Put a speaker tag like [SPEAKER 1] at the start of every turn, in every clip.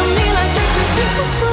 [SPEAKER 1] on me like do, do, do, do.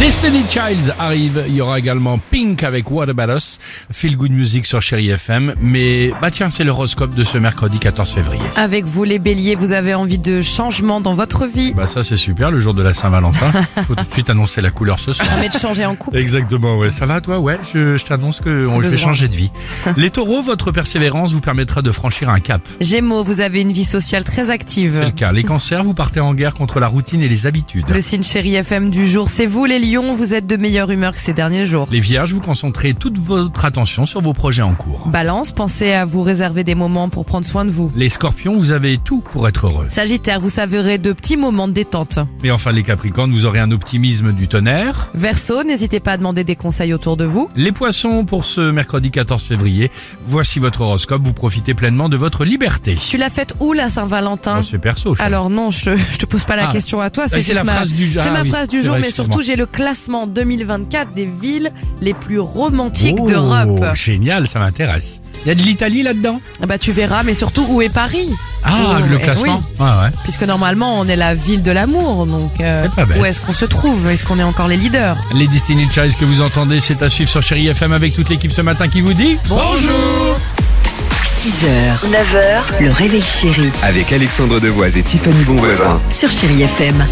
[SPEAKER 2] Destiny Childs arrive, il y aura également Pink avec What About Us, Feel Good Music sur Chéri FM, mais bah tiens, c'est l'horoscope de ce mercredi 14 février.
[SPEAKER 3] Avec vous les béliers, vous avez envie de changement dans votre vie.
[SPEAKER 2] Bah ça c'est super, le jour de la Saint-Valentin, faut tout de suite annoncer la couleur ce soir.
[SPEAKER 3] Mais de changer en couple.
[SPEAKER 2] Exactement, ouais. Ça va toi Ouais, je, je t'annonce que on- je vais
[SPEAKER 3] besoin.
[SPEAKER 2] changer de vie. Les taureaux, votre persévérance vous permettra de franchir un cap.
[SPEAKER 3] Gémeaux, vous avez une vie sociale très
[SPEAKER 2] C'est le
[SPEAKER 3] active.
[SPEAKER 2] cas. Les cancers, vous partez en guerre contre la routine et les habitudes.
[SPEAKER 3] Le signe chéri FM du jour, c'est vous les lions, vous êtes de meilleure humeur que ces derniers jours.
[SPEAKER 2] Les vierges, vous concentrez toute votre attention sur vos projets en cours.
[SPEAKER 3] Balance, pensez à vous réserver des moments pour prendre soin de vous.
[SPEAKER 2] Les scorpions, vous avez tout pour être heureux.
[SPEAKER 3] Sagittaire, vous savourez de petits moments de détente.
[SPEAKER 2] Et enfin les Capricornes, vous aurez un optimisme du tonnerre.
[SPEAKER 3] Verseau, n'hésitez pas à demander des conseils autour de vous.
[SPEAKER 2] Les poissons, pour ce mercredi 14 février, voici votre horoscope, vous profitez pleinement de votre liberté.
[SPEAKER 3] Tu l'as faite où la Saint-Valentin
[SPEAKER 2] Oh, c'est perso. je
[SPEAKER 3] Hein Alors non, je, je te pose pas la
[SPEAKER 2] Ah.
[SPEAKER 3] question à toi,
[SPEAKER 2] Ah,
[SPEAKER 3] c'est
[SPEAKER 2] c'est la
[SPEAKER 3] juste ma
[SPEAKER 2] phrase du-
[SPEAKER 3] c'est
[SPEAKER 2] ah
[SPEAKER 3] ma
[SPEAKER 2] oui,
[SPEAKER 3] phrase du
[SPEAKER 2] c'est
[SPEAKER 3] jour,
[SPEAKER 2] vrai,
[SPEAKER 3] mais
[SPEAKER 2] excuse-moi.
[SPEAKER 3] surtout j'ai le classement 2024 des villes les plus romantiques
[SPEAKER 2] Oh,
[SPEAKER 3] d'Europe.
[SPEAKER 2] Génial, ça m'intéresse. Il y a de l'Italie là-dedans
[SPEAKER 3] Ah Bah tu verras, mais surtout où est Paris
[SPEAKER 2] Ah,
[SPEAKER 3] Oh,
[SPEAKER 2] le
[SPEAKER 3] eh
[SPEAKER 2] classement Ah ouais.
[SPEAKER 3] Puisque normalement on est la ville de l'amour, donc euh,
[SPEAKER 2] C'est pas bête.
[SPEAKER 3] où est-ce qu'on se trouve Est-ce qu'on est encore les leaders
[SPEAKER 2] Les Destiny Child que vous entendez, c'est à suivre sur Chéri FM avec toute l'équipe ce matin qui vous dit...
[SPEAKER 3] Bonjour
[SPEAKER 4] 6h, 9h, le réveil chéri
[SPEAKER 5] Avec Alexandre Devoise et Tiffany Bonvoisin.
[SPEAKER 4] sur Chérie FM.